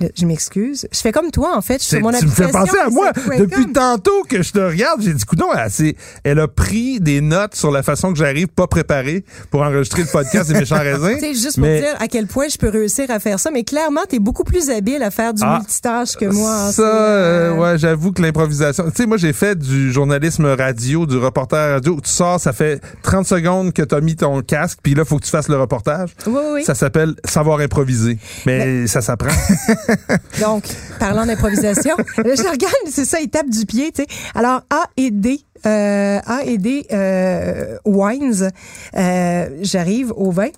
S3: Là, Je m'excuse. Je fais comme toi, en fait. Je suis
S4: C'est-
S3: sur mon
S4: tu me fais
S3: application,
S4: penser à
S3: c'est
S4: moi.
S3: Quaker.
S4: Depuis tantôt que je te regarde, j'ai dit, coudon, elle, s'est- elle a pris des notes sur la façon que j'arrive pas préparé pour enregistrer le
S3: [LAUGHS]
S4: podcast des méchants raisins.
S3: Tu sais, juste pour
S4: Mais
S3: dire à quel point je peux réussir à faire ça, mais clairement, t'es beaucoup plus habile à faire du
S4: Ah,
S3: multitâche que moi. hein, c'est,
S4: Ça, euh,
S3: euh,
S4: ouais, j'avoue que l'improvisation. Tu sais, moi, j'ai fait du journalisme radio, du reporter radio. Tu sors, ça fait 30 secondes que t'as mis ton casque, puis là, faut que tu fasses le reportage.
S3: Oui, oui, oui.
S4: Ça s'appelle savoir improviser. Mais ça s'apprend.
S3: Donc, parlant d'improvisation, je regarde, c'est ça, étape du pied, tu sais. Alors, A et D. euh, A et D euh, Wines. Euh, J'arrive au vin.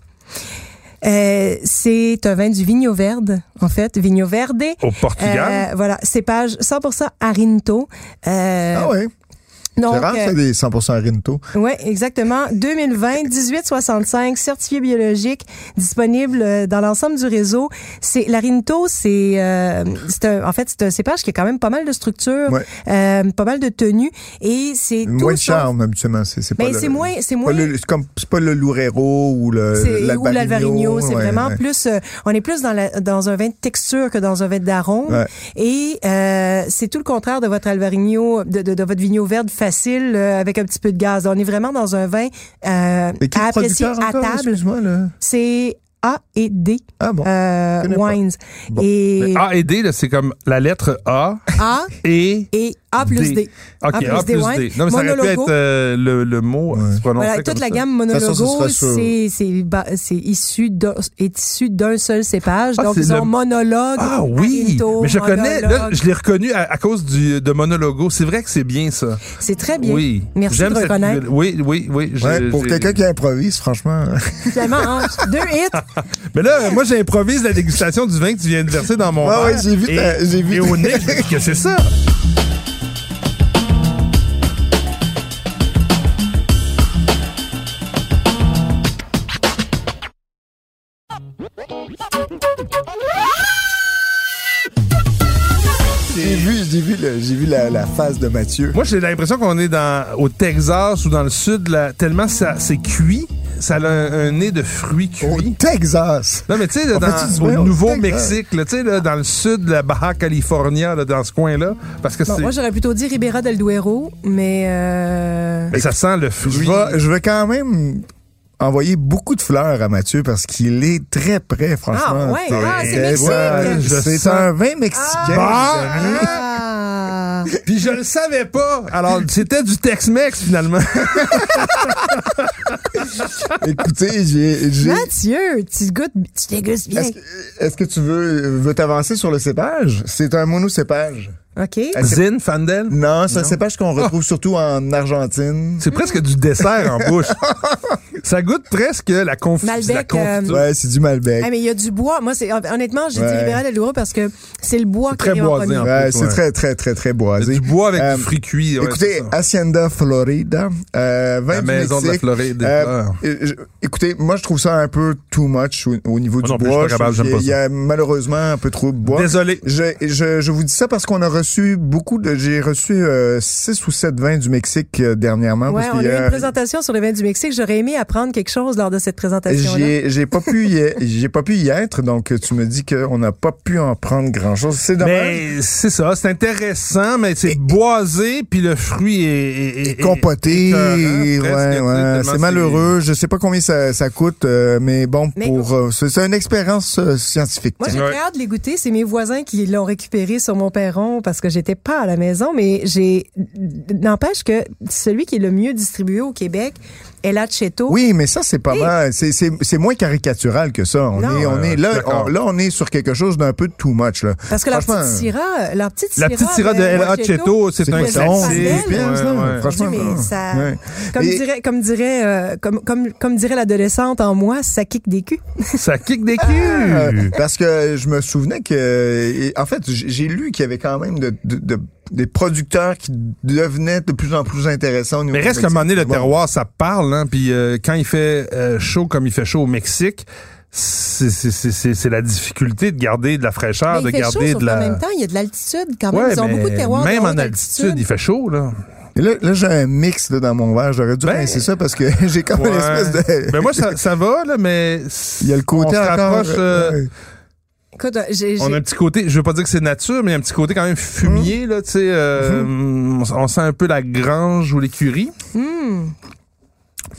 S3: Euh, c'est un vin du Vigno Verde, en fait, Vigno Verde.
S4: Au Portugal.
S3: Euh, voilà, cépage 100% Arinto. Euh,
S2: Ah ouais.
S3: donc,
S2: C'est rare,
S3: euh,
S2: ça, des 100% Rinto.
S3: oui, exactement. 2020, 1865, certifié biologique, disponible euh, dans l'ensemble du réseau. C'est l'arinto, c'est euh, c'est un- en fait c'est un cépage qui a quand même pas mal de structure,
S2: Ouais.
S3: euh, pas mal de tenue et c'est
S2: Moins
S3: tout
S2: de charme, habituellement. C'est c'est pas
S3: Mais
S2: le-
S3: c'est moins, c'est
S2: pas
S3: moins.
S2: le- C'est comme- c'est pas le Lourero ou
S3: c'est-
S2: Euh, le
S3: ou l'Alvarino, c'est
S2: ouais,
S3: vraiment
S2: ouais.
S3: plus. euh, on est plus dans, la- dans un vin de texture que dans un vin d'arôme.
S2: Ouais.
S3: Et euh, c'est tout le contraire de votre Alvarino, de, de, de votre vigno verde facile euh, avec un petit peu de gaz. On est vraiment dans un vin euh,
S2: Mais qui est
S3: à
S2: le
S3: apprécier
S2: producteur
S3: à
S2: encore,
S3: table.
S2: Excuse-moi, là.
S3: C'est A et D
S2: Ah bon. je
S3: euh,
S2: connais pas.
S3: wines.
S2: Bon.
S3: Et
S4: Mais A et D, là, c'est comme la lettre A
S3: A
S4: et
S3: et A plus D.
S2: Ah,
S4: OK,
S3: A plus
S4: A
S3: D,
S4: Ah, plus
S3: ouais.
S4: D. Non, mais ça aurait pu
S3: Monologo.
S4: être euh, le, le mot
S2: Ouais.
S4: se prononçait
S3: Voilà,
S4: comme
S3: toute la
S4: ça.
S3: gamme
S2: toute façon, ce
S3: monologo,
S2: sera sur-
S3: c'est c'est ba- c'est issu d'un est issu d'un seul cépage.
S4: Ah,
S3: donc
S4: c'est
S3: ils
S4: le-
S3: ont monologue.
S4: Ah oui!
S3: Arinto,
S4: mais je connais, là,
S3: monologue.
S4: je l'ai reconnu à, à cause du, de Monologo. C'est vrai que c'est bien ça.
S3: C'est très bien.
S4: Oui.
S3: Merci
S4: J'aime
S3: de
S4: cette-
S3: reconnaître.
S4: Oui, oui, oui. j'ai-
S2: Ouais, pour
S4: j'ai-
S2: quelqu'un qui improvise,
S3: [LAUGHS]
S2: franchement.
S3: Finalement, hein,
S2: [LAUGHS]
S3: deux hits.
S2: Ah,
S4: Mais là, euh, moi, j'improvise la dégustation du vin que tu viens de verser dans mon
S2: Ouais,
S4: verre.
S2: ouais, j'ai vu
S4: Et-
S2: ta- j'ai vu
S4: Et
S2: ta- [LAUGHS]
S4: au nez, je me dis que c'est ça.
S2: j'ai vu, j'ai vu, le- j'ai vu la, la face de Mathieu.
S4: Moi, j'ai l'impression qu'on est dans, au Texas ou dans le sud, là, tellement ça, c'est cuit. Ça a un, un nez de fruits cuits.
S2: Au Texas.
S4: Non, mais tu sais, là,
S2: On
S4: dans-
S2: fait-tu du
S4: au
S2: bien au
S4: Nouveau-Mexique, là, tu sais, là, dans le sud de la Baja California, là, dans ce coin-là, parce que
S3: Bon,
S4: c'est,
S3: moi, j'aurais plutôt dit Ribera del Duero, mais euh,
S4: mais ça sent le fruit. Ah!
S2: Je vais, je vais quand même envoyer beaucoup de fleurs à Mathieu parce qu'il est très près, franchement.
S3: Ah, ouais, ah, c'est
S2: très
S3: Mexique.
S2: près.
S4: Je sens-
S2: c'est un vin mexicain.
S4: Ah!
S2: les amis.
S3: ah,
S4: Puis je le savais pas. Alors, c'était du Tex-Mex, finalement. [LAUGHS]
S2: Écoutez, j'ai. j'ai-
S3: Mathieu, tu goûtes, tu dégustes bien.
S2: Est-ce que, est-ce que tu veux, veux t'avancer sur le cépage? C'est un monocépage.
S3: Ok.
S2: Ah,
S4: Zin, Fandel.
S2: Non, c'est un cépage qu'on retrouve surtout en Argentine.
S4: Ah. C'est presque du dessert en
S2: [LAUGHS]
S4: bouche. ça goûte presque la, confi-
S3: Malbec,
S4: la confiture.
S2: Ouais, c'est du Malbec.
S3: Ah, mais il y a du bois. Moi, c'est honnêtement, j'ai dit
S2: Ouais.
S3: Ribera del Duero parce que c'est le bois qui
S4: très
S3: est en
S4: boisé,
S3: premier.
S4: en
S2: Ouais,
S4: plus,
S2: c'est
S4: Ah, ouais.
S2: très, très, très, très boisé.
S4: Du bois avec
S2: Euh,
S4: du fruit cuit. ouais, c'est
S2: Écoutez,
S4: ça.
S2: Hacienda Florida, euh, vin
S4: La
S2: du
S4: maison de la
S2: Mexique.
S4: Floride ah. des fleurs.
S2: euh, je- écoutez, moi je trouve ça un peu too much au, au niveau
S4: Moi
S2: du
S4: non plus,
S2: bois.
S4: je suis pas capable,
S2: trouve
S4: j'aime pas
S2: qu'il y a- Il y a malheureusement un peu trop de bois.
S4: Désolé.
S2: Je, je, je vous dis ça parce qu'on a reçu beaucoup de. J'ai reçu euh, six ou sept vins du Mexique euh, dernièrement.
S3: Ouais,
S2: parce
S3: on a
S2: qu'il y
S3: eu
S2: a-
S3: une présentation sur le vin du Mexique. J'aurais aimé apprendre quelque chose lors de cette présentation-là.
S2: j'ai j'ai pas pu y, j'ai pas pu y être donc euh, tu me dis qu'on n'a pas pu en prendre grand chose c'est dommage
S4: Mais c'est ça, c'est intéressant, mais c'est boisé, puis le fruit est, est- est-
S2: compoté
S4: est écœurant, presque,
S2: ouais,
S4: tu sais,
S2: ouais,
S4: tellement
S2: c'est malheureux je sais pas combien ça, ça coûte euh, mais bon
S3: Mais-
S2: pour euh, c'est c'est une expérience euh, scientifique
S3: Moi, j'ai
S4: Ouais.
S3: très hâte de les goûter. C'est mes voisins qui l'ont récupéré sur mon perron parce que j'étais pas à la maison, mais j'ai, n'empêche que celui qui est le mieux distribué au Québec est l'Acheto.
S2: Oui, mais ça, c'est pas
S3: Hey.
S2: mal. C'est- C'est c'est moins caricatural que ça. On
S3: Non.
S2: est, on
S4: Ouais,
S2: est,
S4: ouais, je
S2: là,
S4: suis d'accord.
S2: on, là, on est sur quelque chose d'un peu too much. Là.
S3: Parce que la
S2: Franchement,
S3: petite syrah, la petite
S4: La petite syrah de El Hachetto, c'est
S2: c'est
S4: un
S2: quoi, c'est
S4: classique.
S2: 11
S4: Ouais,
S2: piastres, là?
S4: ouais.
S2: Franchement,
S3: Dieu, mais
S2: non.
S3: ça-
S2: Ouais.
S3: Comme
S2: Et-
S3: dirait, comme dirait, euh, comme, comme, comme dirait l'adolescente en moi, ça kick des culs.
S4: Ça Ah! kick des
S2: Euh,
S4: culs.
S2: parce que je me souvenais que, et en fait, j- j'ai lu qu'il y avait quand même de, de- de- des producteurs qui devenaient de plus en plus intéressants. au niveau
S4: Mais reste
S2: du
S4: qu'à un moment donné, le
S2: Mexique.
S4: terroir, ça parle, hein, puis euh, quand il fait euh, chaud comme il fait chaud au Mexique, c'est la difficulté de garder de la fraîcheur,
S3: Mais il
S4: Ah, de
S3: fait chaud,
S4: garder
S3: sauf
S4: de la.
S3: qu'en même temps, il y a de l'altitude quand même.
S4: Ouais,
S3: Ils ont
S4: mais
S3: beaucoup de terroirs.
S4: Même
S3: de
S4: en
S3: haute
S4: altitude, il fait
S3: [LAUGHS]
S4: chaud, là.
S2: Et là, là j'ai un mix là, dans mon verre. J'aurais dû
S4: Ben,
S2: rincer ça parce que [LAUGHS] j'ai comme
S4: Ouais.
S2: une espèce de.
S4: Ben moi, ça, ça va, là, mais.
S2: Il y a le côté
S4: on se
S2: encore.
S4: rapproche, euh,
S2: ouais.
S3: Écoute, euh, j'ai- j'ai-
S4: On a un petit côté, je veux pas dire que c'est nature, mais un petit côté quand même fumier, là, tu sais. euh, on- On sent un peu la grange ou l'écurie.
S3: Hmm.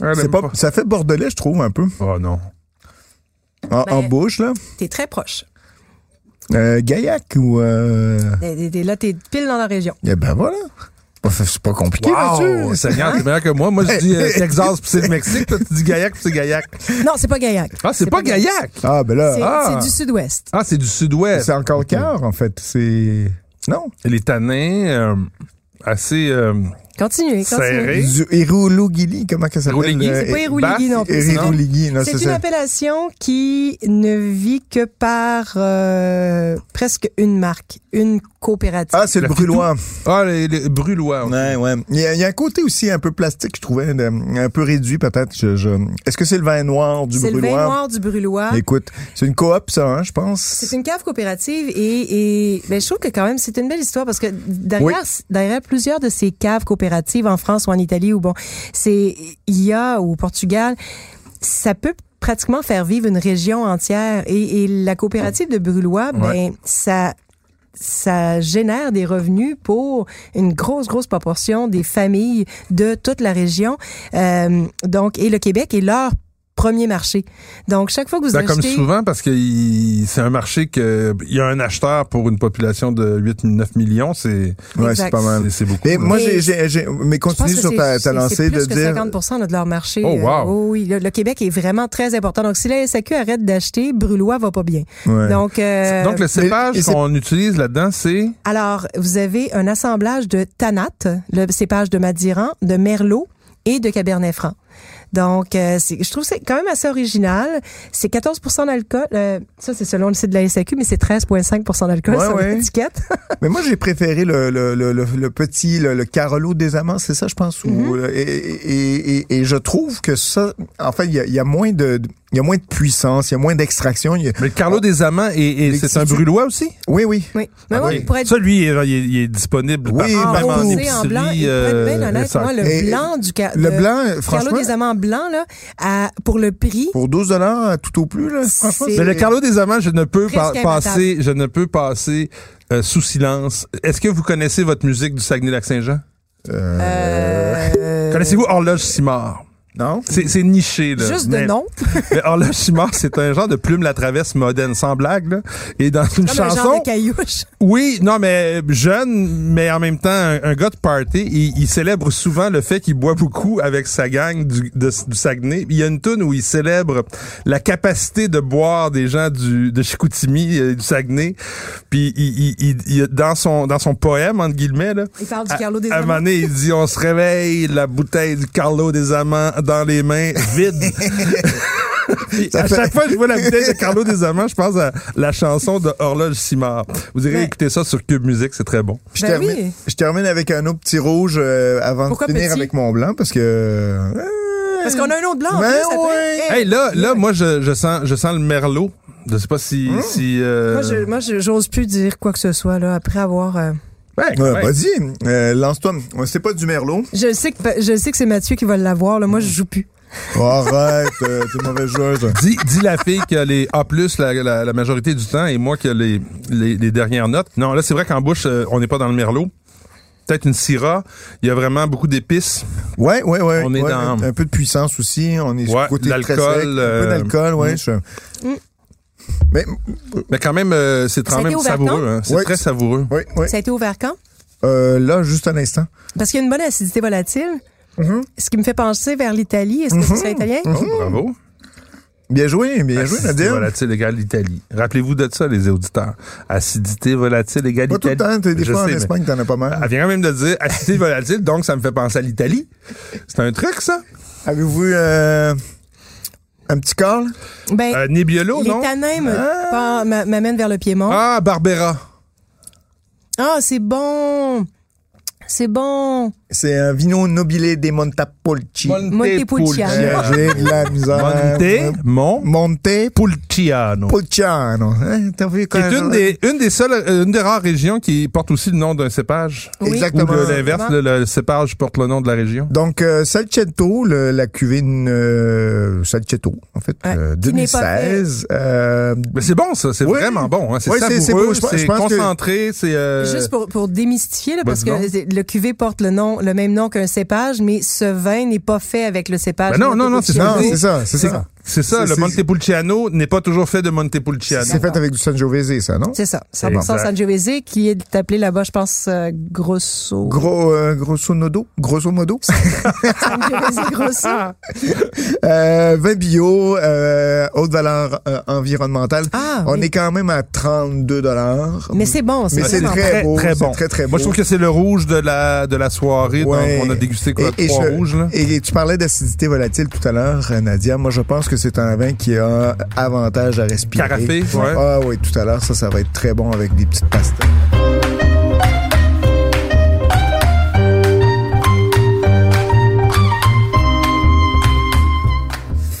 S4: Ouais,
S2: C'est
S4: j'aime
S2: pas, ça fait bordelais, je trouve, un peu.
S4: Oh non.
S2: En,
S3: Ben-
S2: en bouche, là.
S3: T'es très proche.
S2: Euh, Gaillac ou. Euh...
S3: T'es- t'es- t'es- Là, t'es pile dans la région.
S2: eh ben voilà. Pas- C'est pas compliqué,
S4: Wow!
S2: Mathieu.
S4: Ça vient meilleur que moi. Moi, je dis euh, Texas, puis c'est le Mexique. Toi, tu dis Gaillac, puis c'est Gaillac.
S3: Non, c'est pas Gaillac.
S4: Ah, c'est pas Gaillac!
S2: Ah, ben là.
S3: C'est
S4: Ah.
S3: c'est du sud-ouest.
S4: Ah, c'est du sud-ouest.
S2: C'est encore quart, en fait. C'est. Non.
S4: Les tanins, euh, assez... euh,
S3: Continuez,
S4: Serré.
S3: continuez.
S4: Et-
S2: Du Héroulou-Guili, comment ça s'appelle?
S4: Héroulou-Guili,
S2: Euh,
S3: C'est pas
S2: Hé-
S3: Hérouligui non plus.
S4: Héroulou-
S2: Héroulou-Guili, non,
S3: C'est
S2: c'est
S3: une
S2: ça.
S3: appellation qui ne vit que par euh, presque une marque, une coopérative.
S2: Ah, c'est le
S4: La
S2: brûlois.
S4: Ah, les, les brûlois.
S2: Ouais, ouais. Il y, a, il y a un côté aussi un peu plastique, je trouvais, de- un peu réduit peut-être. Je, je- Est-ce que c'est le vin noir du
S3: c'est le vin
S2: brûloir?
S3: noir du brûlois.
S2: Écoute, c'est une coop, ça, hein, je pense.
S3: C'est une cave coopérative et, et ben, je trouve que quand même c'est une belle histoire parce que derrière, derrière plusieurs de ces caves coopératives en France ou en Italie ou bon, c'est il y a ou au Portugal, ça peut pratiquement faire vivre une région entière et, et la coopérative de Brûlois, ben ça ça génère des revenus pour une grosse, grosse proportion des familles de toute la région. Euh, donc, et le Québec est leur premier marché. Donc, chaque fois que vous
S4: Ben, comme
S3: achetez...
S4: souvent, parce que il- c'est un marché que il y a un acheteur pour une population de 8-9 millions, c'est
S2: Ouais,
S3: Exact.
S2: c'est pas mal.
S4: c'est- c'est beaucoup.
S2: Mais
S4: là.
S2: moi,
S3: Mais-
S2: j'ai, j'ai, j'ai- mais
S3: Je pense
S2: continue
S3: que
S2: sur
S3: c'est-
S2: ta,
S3: c'est-
S2: ta lancée de
S3: C'est plus que
S2: dire.
S3: 50 de leur marché.
S4: Oh, wow.
S3: Euh, oui, oui, le, le Québec est vraiment très important. Donc, si la SAQ arrête d'acheter, Brulois va pas bien.
S2: Ouais.
S3: Donc, euh,
S4: Donc, le cépage
S2: et c'est-
S4: qu'on utilise là-dedans, c'est...
S3: alors, vous avez un assemblage de Tanat, le cépage de Madiran, de Merlot et de Cabernet Franc. Donc, euh, c'est- je trouve que c'est quand même assez original. C'est 14 d'alcool. Euh, ça, c'est selon le site de la SAQ, mais c'est 13,5 d'alcool
S2: Ouais,
S3: sur
S2: ouais.
S3: l'étiquette.
S2: Mais moi, j'ai préféré le, le, le, le, le petit, le, le Carolo des amants, c'est ça, je pense. ou-
S3: Mm-hmm.
S2: euh, et, et, et, et je trouve que ça, en fait, il y a, il y a moins de, il y a moins de puissance, il y a moins d'extraction. il y a-
S4: Mais le Carlo des Amants, et, et
S2: Les
S4: c'est un
S2: petits-
S4: brûlois aussi?
S2: Oui, oui.
S3: Oui. Mais
S2: Ah
S3: moi,
S2: oui.
S3: pour être
S4: Ça, lui, il est, il est- il est disponible
S2: Oui,
S4: partout,
S2: ben,
S4: même
S2: on
S4: en
S2: sait,
S4: épicerie.
S3: en blanc, il
S4: euh,
S3: bien honnête,
S4: ça-
S3: moi, le
S2: Et-
S3: blanc du ca-
S2: Le
S3: de-
S2: blanc, franchement,
S3: Carlo des amants blancs, là, à- pour le prix,
S2: pour 12 dollars tout au plus, là, franchement.
S3: C'est-
S4: Mais le
S2: c'est-
S4: Carlo des Amants, je ne peux
S3: Presque
S4: pas-
S3: imbattable.
S4: passer, je ne peux passer euh, sous silence. Est-ce que vous connaissez votre musique du Saguenay-Lac-Saint-Jean?
S3: euh,
S4: Connaissez-vous Horloge Simard?
S2: Non?
S4: C'est c'est niché, là.
S3: juste
S4: Mais-
S3: de nom,
S4: Mais Horloge Simard, c'est un genre de plume la traverse moderne, sans blague, là. Et dans une
S3: comme un genre
S4: chanson.
S3: de caillouche.
S4: Oui, non, mais jeune, mais en même temps, un, un gars de party, il, il célèbre souvent le fait qu'il boit beaucoup avec sa gang du, de- du Saguenay. Il y a une tune où il célèbre la capacité de boire des gens du, de Chicoutimi, euh, du Saguenay. Puis il, il- il- il- dans son dans son poème entre guillemets là,
S3: Il parle du
S4: à-
S3: Carlo des
S4: à un
S3: amants.
S4: moment donné, il dit on se réveille, la bouteille du Carlo des Amants dans les mains, [LAUGHS] vide. Puis à
S2: fait-
S4: chaque fois que je vois la bouteille de Carlo des Amants, je pense à la chanson de Horloge Simard. Vous irez
S3: Ben-
S4: écouter ça sur Cube Musique, c'est très bon.
S2: Je,
S3: Ben
S2: termine,
S3: oui.
S2: je termine avec un autre petit rouge euh, avant
S3: Pourquoi
S2: de finir
S3: petit?
S2: avec mon blanc parce que. euh,
S3: Parce qu'on a un autre blanc. en
S2: Ben
S3: plus, ça
S2: ouais.
S3: fait-
S4: Hey, là, là, moi, je, je sens, je sens le merlot. Je sais pas si, si,
S3: Mmh.
S4: euh,
S3: Moi, je- Moi, je- j'ose plus dire quoi que ce soit, là, après avoir... euh,
S4: ouais,
S2: Ouais,
S4: ouais.
S2: Vas-y, euh, lance-toi. Ouais, C'était pas du merlot.
S3: Je sais que, je sais que c'est Mathieu qui va l'avoir, là. Moi, je joue plus.
S2: Oh, arrête, euh, t'es mauvaise joueuse.
S4: Dis, dis la fille qui a les A+, la, la, la majorité du temps, et moi qui a les, les, les dernières notes. Non, là, c'est vrai qu'en bouche, euh, on n'est pas dans le merlot. Peut-être une syrah. Il y a vraiment beaucoup d'épices.
S2: Ouais, ouais, ouais.
S4: On est
S2: ouais, un,
S4: dans-
S2: un peu de puissance aussi. On est sur
S4: Ouais,
S2: le côté
S4: l'alcool,
S2: très sec. Un
S4: euh,
S2: peu d'alcool, ouais.
S4: mm.
S2: je- Mais
S4: Mais quand même, euh, c'est
S3: Ça a
S4: quand
S3: été
S4: même
S3: ouvert
S4: savoureux. hein. C'est
S2: Ouais.
S4: très savoureux.
S2: ouais, ouais.
S3: Ça a été ouvert quand?
S2: Euh, là, juste un instant.
S3: Parce qu'il y a une bonne acidité volatile. Ce qui me fait penser vers l'Italie. Est-ce que c'est ça, italien?
S4: Oh, bravo.
S2: Bien joué, bien joué,
S4: Acidité
S2: Nadir.
S4: volatile égale l'Italie. Rappelez-vous de ça, les auditeurs. Acidité volatile égale
S2: Pas tout
S4: l'Italie.
S2: le temps. t'es- Des
S4: Je
S2: fois, en
S4: sais, mais
S2: Espagne, t'en as pas mal.
S4: Elle vient quand même de dire acidité volatile, donc ça me fait penser à l'Italie. C'est un truc, ça?
S2: Avez-vous vu euh, un petit corps? là?
S3: Ben,
S4: Euh, Nebbiolo,
S3: les
S4: non?
S3: tanins me- pas- m'a- m'amènent vers le Piémont.
S4: Ah, Barbera.
S3: Ah, c'est bon. C'est bon.
S2: C'est un vino nobile de Montepulci.
S3: Montepulciano. Euh,
S2: Euh, J'ai de la misère.
S4: Monte, mon, Pulciano.
S2: Montepulciano. Hein, T'as vu quand
S4: Qui est une des, une des seules, euh, une des rares régions qui porte aussi le nom d'un cépage.
S3: Oui.
S4: Ou
S2: Exactement.
S4: de l'inverse, le, le cépage porte le nom de la région.
S2: Donc, euh, Salcetto, le- la cuvée euh, Salcetto, en fait,
S3: Ouais.
S2: euh,
S3: Qui n'est pas
S2: 2016. Euh,
S4: Mais c'est bon, ça. C'est
S2: Oui.
S4: vraiment bon. Hein. C'est
S2: Oui, c'est- c'est beau.
S4: savoureux,
S2: Je pense-
S4: c'est
S2: je pense que-
S4: concentré, c'est... euh,
S3: Juste pour, pour démystifier, là,
S4: bah,
S3: parce
S4: dis donc.
S3: que c'est- le cuvée porte le nom, le même nom qu'un cépage, mais ce vin n'est pas fait avec le cépage.
S4: Ben non, non, non, c'est
S3: Montepulciano.
S2: non, c'est ça, c'est ça.
S4: C'est ça,
S2: C'est-
S4: le
S2: c'est-
S4: Montepulciano n'est pas toujours fait de Montepulciano.
S2: C'est fait avec du Sangiovese, ça, non?
S3: C'est ça. 100%
S4: Exact.
S3: Sangiovese, qui est appelé là-bas, je pense, euh, Grosso.
S2: Gros, euh, grosso modo, grosso
S3: [LAUGHS]
S2: modo.
S3: Sangiovese Grosso.
S2: Euh, vin bio, euh, haute valeur euh, environnementale.
S3: Ah,
S2: On
S3: oui.
S2: est quand même à 32 dollars.
S3: Mais c'est bon, c'est
S2: Mais c'est
S3: vraiment
S2: très,
S4: Très,
S2: beau,
S4: très
S2: c'est
S4: bon.
S2: très, très
S4: Moi, je
S2: beau.
S4: trouve que c'est le rouge de la, de la soirée.
S2: Ouais.
S4: Donc, on a dégusté quoi,
S2: Et- et
S4: trois
S2: je-
S4: rouges, là.
S2: Et tu parlais d'acidité volatile tout à l'heure, euh, Nadia. Moi, je pense que c'est un vin qui a avantage à respirer.
S4: Carafé, ouais.
S2: Ah oui, tout à l'heure, ça, ça va être très bon avec des petites pastilles.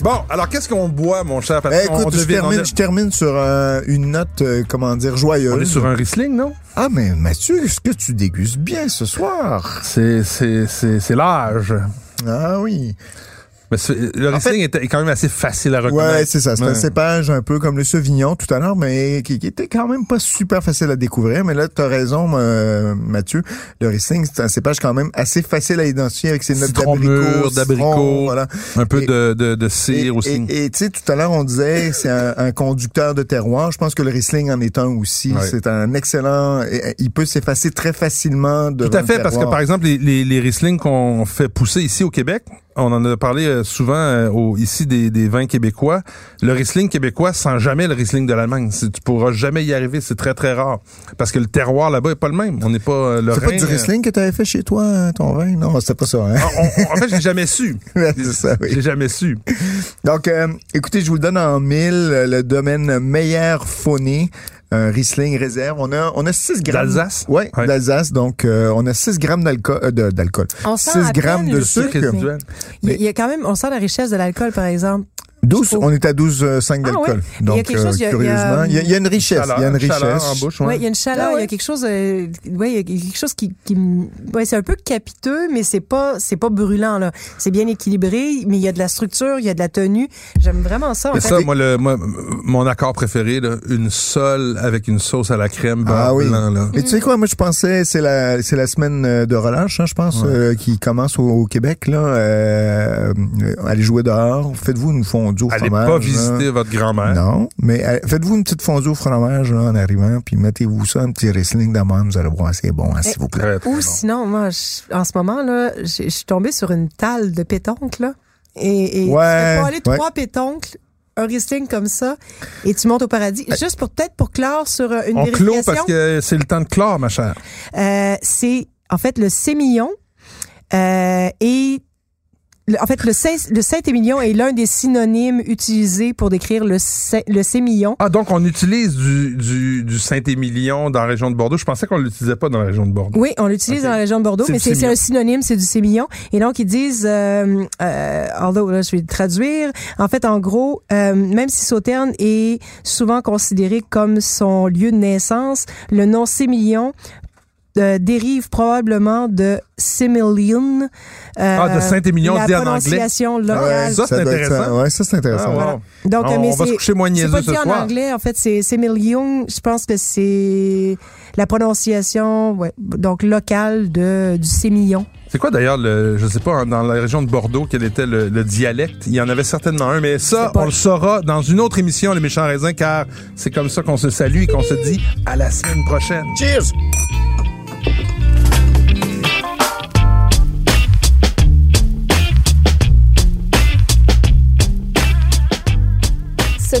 S4: Bon, alors, qu'est-ce qu'on boit, mon cher? Parce
S2: Eh,
S4: qu'on- on
S2: écoute, je
S4: devine, on
S2: termine,
S4: est-
S2: je termine sur euh, une note, euh, comment dire, joyeuse.
S4: on est sur un Riesling, non?
S2: Ah, mais Mathieu, est-ce que tu dégustes bien ce soir?
S4: C'est, c'est, c'est, c'est l'âge.
S2: Ah oui.
S4: Mais c'est- le
S2: En fait-
S4: Riesling était- est quand même assez facile à reconnaître.
S2: Ouais, c'est ça. C'est un
S4: Ouais.
S2: cépage un peu comme le Sauvignon tout à l'heure, mais qui, qui était quand même pas super facile à découvrir. Mais là, t'as raison, euh, Mathieu. Le Riesling, c'est un cépage quand même assez facile à identifier avec ses notes
S4: Citron mûr,
S2: d'abricot,
S4: d'abricot.
S2: citron, Voilà.
S4: Un peu
S2: Et-
S4: de, de, de
S2: Et-
S4: cire aussi.
S2: Et et tu sais, tout à l'heure, on disait c'est un, un conducteur de terroir. Je pense que le Riesling en est un aussi.
S4: Ouais.
S2: C'est un excellent. et- et Il peut s'effacer très facilement de
S4: Tout à fait, parce que par exemple, les, les, les Riesling qu'on fait pousser ici au Québec, on en a parlé euh, souvent euh, au- ici des, des vins québécois. Le Riesling québécois sent jamais le Riesling de l'Allemagne. C'est- Tu pourras jamais y arriver, c'est très très rare. Parce que le terroir là-bas est pas le même. On n'est pas euh, le
S2: C'est pas
S4: Rhin,
S2: du
S4: euh, Ah,
S2: Riesling que t'avais fait chez toi, hein, ton vin? Non, c'était pas ça, hein? [LAUGHS]
S4: on- on- en fait, j'ai jamais su.
S2: C'est ça, [LAUGHS] oui.
S4: J'ai jamais su.
S2: Donc, euh, écoutez, je vous le donne en mille, euh, le domaine meyer fauné un Riesling réserve. On a, on a 6 grammes.
S4: D'Alsace?
S2: Oui,
S4: Ouais.
S2: d'Alsace. Donc, euh, on a 6 grammes d'alcool. euh, de- d'alcool.
S3: On sent
S2: 6
S3: à
S2: grammes
S3: peine
S2: de
S3: le
S2: sucre.
S3: sucre.
S4: Résiduel.
S3: Il y a- il y a quand même, on sent la richesse de l'alcool, par exemple.
S2: 12,
S3: Je trouve.
S2: on est à 12,5
S3: Ah
S2: d'alcool.
S3: ouais. Mais il y a
S2: Donc, euh,
S3: quelque chose, il y a- il y a,
S2: curieusement, il y, a- il y a une richesse.
S4: Chaleur,
S2: il y a une richesse.
S4: chaleur en bouche. ouais.
S3: Ouais, il y a une chaleur,
S2: Ah ouais.
S3: il y a quelque chose, euh, ouais, il y a quelque chose qui, qui m- ouais, c'est un peu capiteux, mais c'est pas, c'est pas brûlant là. C'est bien équilibré, mais il y a de la structure, il y a de la tenue. J'aime vraiment ça. En
S4: Et
S3: fait.
S4: ça, moi, le, moi, mon accord préféré, là, une sole avec une sauce à la crème beurre
S2: Ah oui.
S4: blanc, là.
S2: Mais tu sais quoi, moi je pensais, c'est la c'est la semaine euh, de relâche, hein, je pense, euh, qui commence au, au Québec là. Euh, euh, allez jouer dehors, faites-vous une fondue au
S4: Allez
S2: fromage. hein. là.
S4: pas visiter votre grand-mère.
S2: Non, mais euh, faites-vous une petite fondue au fromage là, en arrivant, puis mettez-vous ça un petit wrestling d'amande, vous allez voir, c'est bon, hein, s'il vous plaît.
S4: Très, très
S3: Ou
S4: bon.
S3: sinon, moi, je- en ce moment là, je je suis tombée sur une talle de pétoncle là, et,
S2: Ouais,
S3: et tu peux aller
S2: ouais.
S3: trois pétoncles. Un Riesling comme ça, et tu montes au paradis. Juste pour peut-être pour clore sur euh, une
S4: Ben, On clôt
S3: vérification.
S4: parce que c'est le temps de clore, ma chère.
S3: Euh, c'est en fait le sémillon euh, et le- en fait, le, Saint- le Saint-Émilion est l'un des synonymes utilisés pour décrire le, Saint- le sémillon.
S4: Ah, donc on utilise du, du, du Saint-Émilion dans la région de Bordeaux. Je pensais qu'on l'utilisait pas dans la région de Bordeaux.
S3: Oui, on l'utilise
S4: Ok.
S3: dans la région de Bordeaux,
S4: C'est
S3: mais
S4: du
S3: c'est c'est
S4: sémillon.
S3: un synonyme, c'est du sémillon. Et donc, ils disent, euh, euh, although, là, je vais le traduire. En fait, en gros, euh, même si Sauterne est souvent considéré comme son lieu de naissance, le nom sémillon euh, dérive probablement de similion. euh,
S4: Ah, de Saint-Émilion,
S3: la
S4: dit en anglais. Ah
S3: prononciation locale.
S4: ça, c'est
S2: doit être
S4: intéressant.
S2: ouais, ça c'est
S4: Ah,
S2: intéressant.
S4: wow.
S3: Voilà. Donc,
S4: on
S3: mais
S4: va se
S3: c'est-
S4: coucher moins
S3: c'est
S4: niaiseux
S3: pas
S4: ce
S3: dit en
S4: soir.
S3: anglais, en fait, c'est Semillion. Je pense que c'est la prononciation, ouais, donc locale de, du sémillon.
S4: C'est quoi d'ailleurs, le, je sais pas, hein, dans la région de Bordeaux, quel était le, le dialecte? Il y en avait certainement un, mais ça,
S3: C'est pas-
S4: on le saura dans une autre émission, Les Méchants Raisins, car c'est comme ça qu'on se salue et qu'on se dit à la semaine prochaine.
S2: Cheers!
S1: Ce